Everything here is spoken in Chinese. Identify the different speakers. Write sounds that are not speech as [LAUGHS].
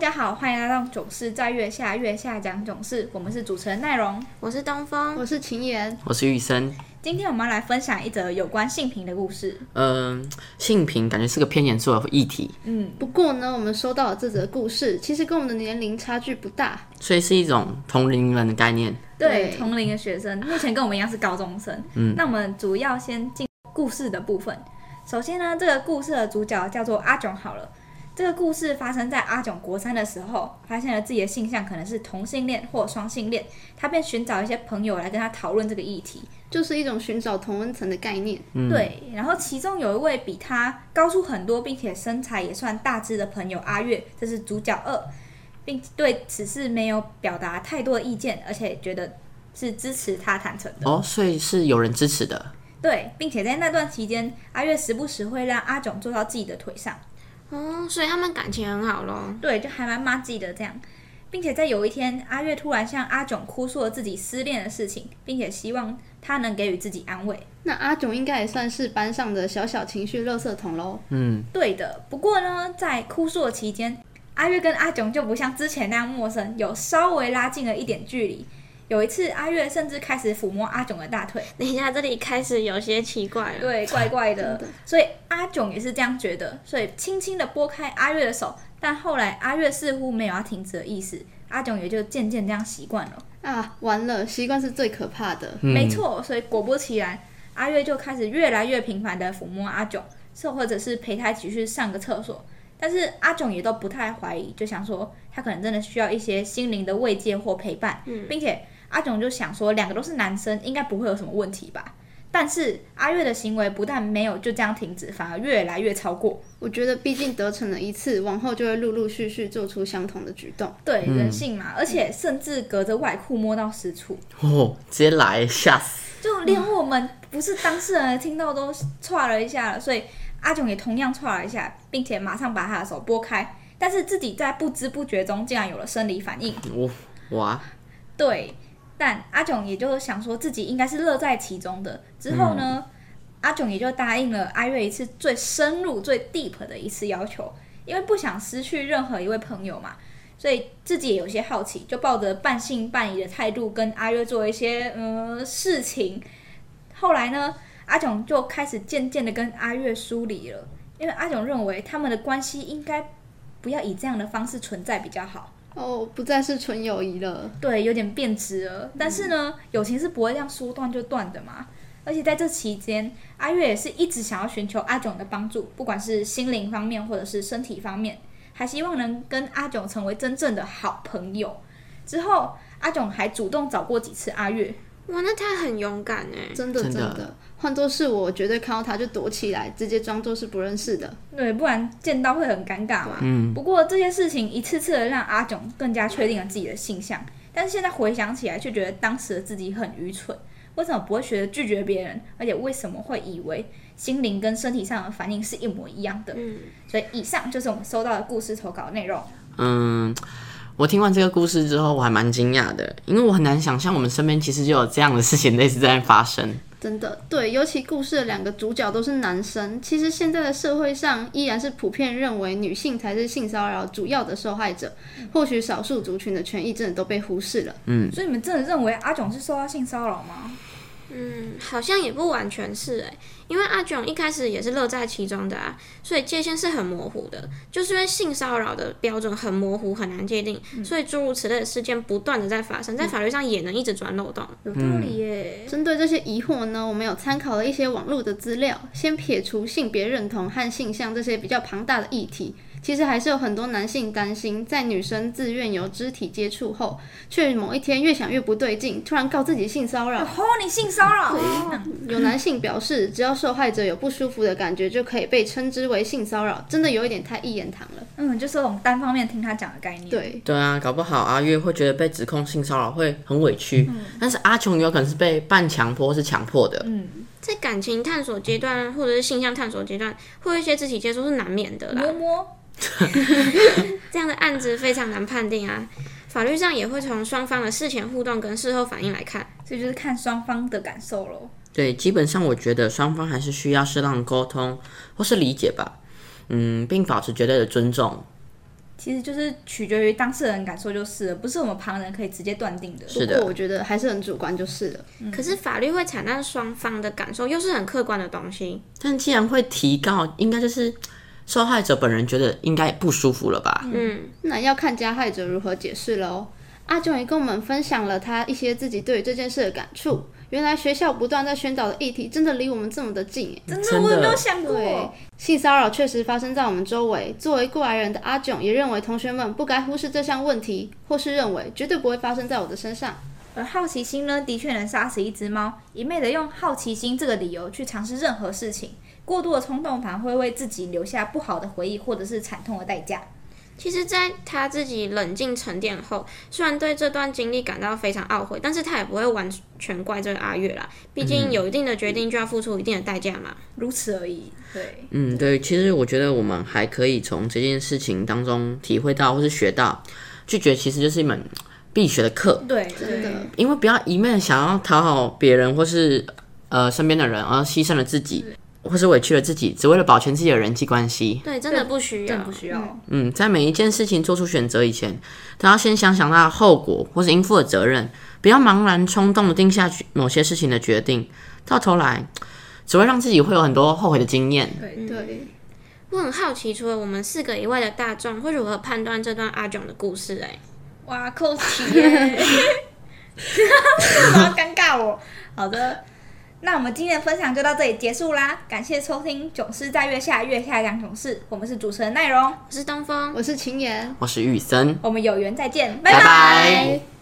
Speaker 1: 家好，欢迎来到囧事在月下，月下讲囧事，我们是主持人奈容。
Speaker 2: 我是东风，
Speaker 3: 我是秦妍，
Speaker 4: 我是玉生，
Speaker 1: 今天我们要来分享一则有关性平的故事。
Speaker 4: 嗯、性平感觉是个偏严肃的议题，
Speaker 1: 嗯，
Speaker 3: 不过呢，我们收到的这则故事，其实跟我们的年龄差距不大。
Speaker 4: 所以是一种同龄人的概念。
Speaker 1: 对，
Speaker 3: 对
Speaker 1: 同龄的学生，目前跟我们一样是高中生。
Speaker 4: 嗯
Speaker 1: 那我们主要先进故事的部分。首先呢，这个故事的主角叫做阿囧。好了，这个故事发生在阿囧国三的时候，发现了自己的性向可能是同性恋或双性恋，他便寻找一些朋友来跟他讨论这个议题。
Speaker 3: 就是一种寻找同温层的概念。
Speaker 4: 嗯，，
Speaker 1: 对，然后其中有一位比他高出很多，并且身材也算大只的朋友阿月，这是主角二，并对此事没有表达太多的意见，而且觉得是支持他坦诚的。
Speaker 4: 哦，所以是有人支持的。
Speaker 1: 对，并且在那段期间，阿月时不时会让阿囧坐到自己的腿上，
Speaker 2: 哦，所以他们感情很好咯。 [LAUGHS]
Speaker 1: 对，就还蛮妈记的这样。并且在有一天，阿月突然向阿囧哭诉了自己失恋的事情，并且希望他能给予自己安慰。
Speaker 3: 那阿囧应该也算是班上的小小情绪垃圾桶喽。
Speaker 4: 嗯，
Speaker 1: 对的，不过呢，在哭诉的期间，阿月跟阿囧就不像之前那样陌生，有稍微拉近了一点距离。有一次，阿月甚至开始抚摸阿囧的大腿，
Speaker 2: 等一下，这里开始有些奇怪了。
Speaker 1: 对，怪怪的。
Speaker 3: 真的
Speaker 1: 所以阿囧也是这样觉得，所以轻轻的拨开阿月的手，但后来阿月似乎没有要停止的意思，阿囧也就渐渐这样习惯了。
Speaker 3: 啊，完了，习惯是最可怕的。
Speaker 4: 嗯
Speaker 1: 没。错，所以果不其然，阿月就开始越来越频繁的抚摸阿囧，是或者是陪他一起去上个厕所。但是阿囧也都不太怀疑，就想说他可能真的需要一些心灵的慰藉或陪伴，并且阿囧就想说两个都是男生，应该不会有什么问题吧。但是阿月的行为不但没有就这样停止，反而越来越超过。
Speaker 3: 我觉得，毕竟得逞了一次，往后就会陆陆续续做出相同的举动。
Speaker 1: 对，人性嘛，而且甚至隔着外裤摸到私处，
Speaker 4: 哦，直接来，吓死。
Speaker 1: 就连我们不是当事人听到都歘了一下了，所以阿囧也同样歘了一下，并且马上把他的手拨开，但是自己在不知不觉中竟然有了生理反应。
Speaker 4: 我、哇，
Speaker 1: 对，但阿囧也就想说自己应该是乐在其中的。之后呢，阿囧也就答应了阿月一次最深入、最 deep 的一次要求，因为不想失去任何一位朋友嘛，所以自己也有些好奇，就抱着半信半疑的态度跟阿月做一些呃事情。后来呢，阿囧就开始渐渐的跟阿月疏离了，因为阿囧认为他们的关系应该不要以这样的方式存在比较好。
Speaker 3: 哦，不再是纯友谊了。
Speaker 1: 对，有点变质了。但是呢，友情是不会这样说断就断的嘛。而且在这期间，阿月也是一直想要寻求阿囧的帮助，不管是心灵方面或者是身体方面，还希望能跟阿囧成为真正的好朋友。之后，阿囧还主动找过几次阿月，
Speaker 2: 哇，那他很勇敢哎。
Speaker 3: 真的，真
Speaker 4: 真的
Speaker 3: 的。换作是我，我绝对看到他就躲起来，直接装作是不认识的。
Speaker 1: 对，不然见到会很尴尬嘛。
Speaker 4: 嗯，
Speaker 1: 不过这些事情一次次的让阿囧更加确定了自己的性向，但是现在回想起来，却觉得当时的自己很愚蠢。为什么不会学着拒绝别人？而且为什么会以为心灵跟身体上的反应是一模一样的？
Speaker 2: 嗯，
Speaker 1: 所以以上就是我们收到的故事投稿内容。
Speaker 4: 嗯，我听完这个故事之后，我还蛮惊讶的，因为我很难想象我们身边其实就有这样的事情类似在发生。
Speaker 3: 真的，对，尤其故事的两个主角都是男生。其实现在的社会上依然是普遍认为女性才是性骚扰主要的受害者，或许少数族群的权益真的都被忽视了。
Speaker 1: 所以你们真的认为阿囧是受到性骚扰吗？
Speaker 2: 嗯，好像也不完全是哎，因为阿囧一开始也是乐在其中的啊，所以界限是很模糊的，就是因为性骚扰的标准很模糊，很难界定，所以诸如此类的事件不断的在发生，在法律上也能一直钻漏洞。
Speaker 1: 有道理耶。
Speaker 3: 针对这些疑惑呢，我们有参考了一些网络的资料。先撇除性别认同和性向这些比较庞大的议题，其实还是有很多男性担心，在女生自愿有肢体接触后，却某一天越想越不对劲，突然告自己性骚扰。
Speaker 1: 哦，你性骚扰？
Speaker 3: 有男性表示，只要受害者有不舒服的感觉，就可以被称之为性骚扰，真的有一点太一言堂了。
Speaker 1: 嗯，就是我们单方面听他讲的概念。，
Speaker 3: 对，
Speaker 4: 对啊，搞不好阿月会觉得被指控性骚扰会很委屈，但是阿琼有可能是被半强迫，是强迫的。
Speaker 1: 嗯，
Speaker 2: 在感情探索阶段啊或者是性向探索阶段，会有一些肢体接触是难免的啦。
Speaker 1: 摸摸。
Speaker 2: 这样的案子非常难判定啊。法律上也会从双方的事前互动跟事后反应来看。
Speaker 1: 所以就是看双方的感受喽。
Speaker 4: 对，基本上我觉得双方还是需要适当的沟通或是理解吧，嗯，并保持绝对的尊重。
Speaker 1: 其实就是取决于当事人感受就是了，不是我们旁人可以直接断定的。
Speaker 4: 是
Speaker 3: 不
Speaker 4: 的
Speaker 3: 过我觉得还是很主观就是了。
Speaker 2: 可是法律会采纳双方的感受，又是很客观的东西。
Speaker 4: 但既然会提告，应该就是受害者本人觉得应该不舒服了吧？
Speaker 2: 嗯，
Speaker 3: 那要看加害者如何解释喽。阿炯也跟我们分享了他一些自己对于这件事的感触。原来学校不断在宣导的议题，真的离我们这么的近耶
Speaker 1: 真
Speaker 4: 真
Speaker 1: 我也没有
Speaker 4: 的
Speaker 1: 想
Speaker 3: 对
Speaker 1: 过。，
Speaker 3: 性骚扰确实发生在我们周围。作为过来人的阿炯也认为，同学们不该忽视这项问题，或是认为绝对不会发生在我的身上。
Speaker 1: 而好奇心呢，的确能杀死一只猫。一昧的用好奇心这个理由去尝试任何事情，过度的冲动反而会为自己留下不好的回忆，或者是惨痛的代价。
Speaker 2: 其实，在他自己冷静沉淀后，虽然对这段经历感到非常懊悔，但是他也不会完全怪这个阿月啦。毕竟有一定的决定就要付出一定的代价嘛。
Speaker 1: 如此而已。对，
Speaker 4: 嗯，对，其实我觉得我们还可以从这件事情当中体会到或是学到，拒绝其实就是一门必学的课，
Speaker 1: 对，
Speaker 3: 真的
Speaker 1: 对
Speaker 4: 因为不要一昧地想要讨好别人或是呃身边的人，而牺牲了自己，或是委屈了自己，只为了保全自己的人际关系。
Speaker 2: 对，真的不需
Speaker 1: 更
Speaker 2: 要
Speaker 1: 不。需要。
Speaker 4: 嗯，在每一件事情做出选择以前，都要先想想它的后果或是应付的责任，不要茫然冲动的定下某些事情的决定，到头来只会让自己会有很多后悔的经验。
Speaker 1: 对
Speaker 3: 对，
Speaker 2: 我很好奇，除了我们四个以外的大众会如何判断这段阿囧的故事、哎，
Speaker 1: 哇，扣题耶！好尴尬哦。好的，那我们今天的分享就到这里结束啦，感谢收听《囧事在月下》，月下讲囧事，我们是主持人奈容，
Speaker 2: 我是东风，
Speaker 3: 我是秦妍，
Speaker 4: 我是玉森，
Speaker 1: 我们有缘再见，
Speaker 4: 拜
Speaker 1: 拜
Speaker 4: 拜
Speaker 3: 拜。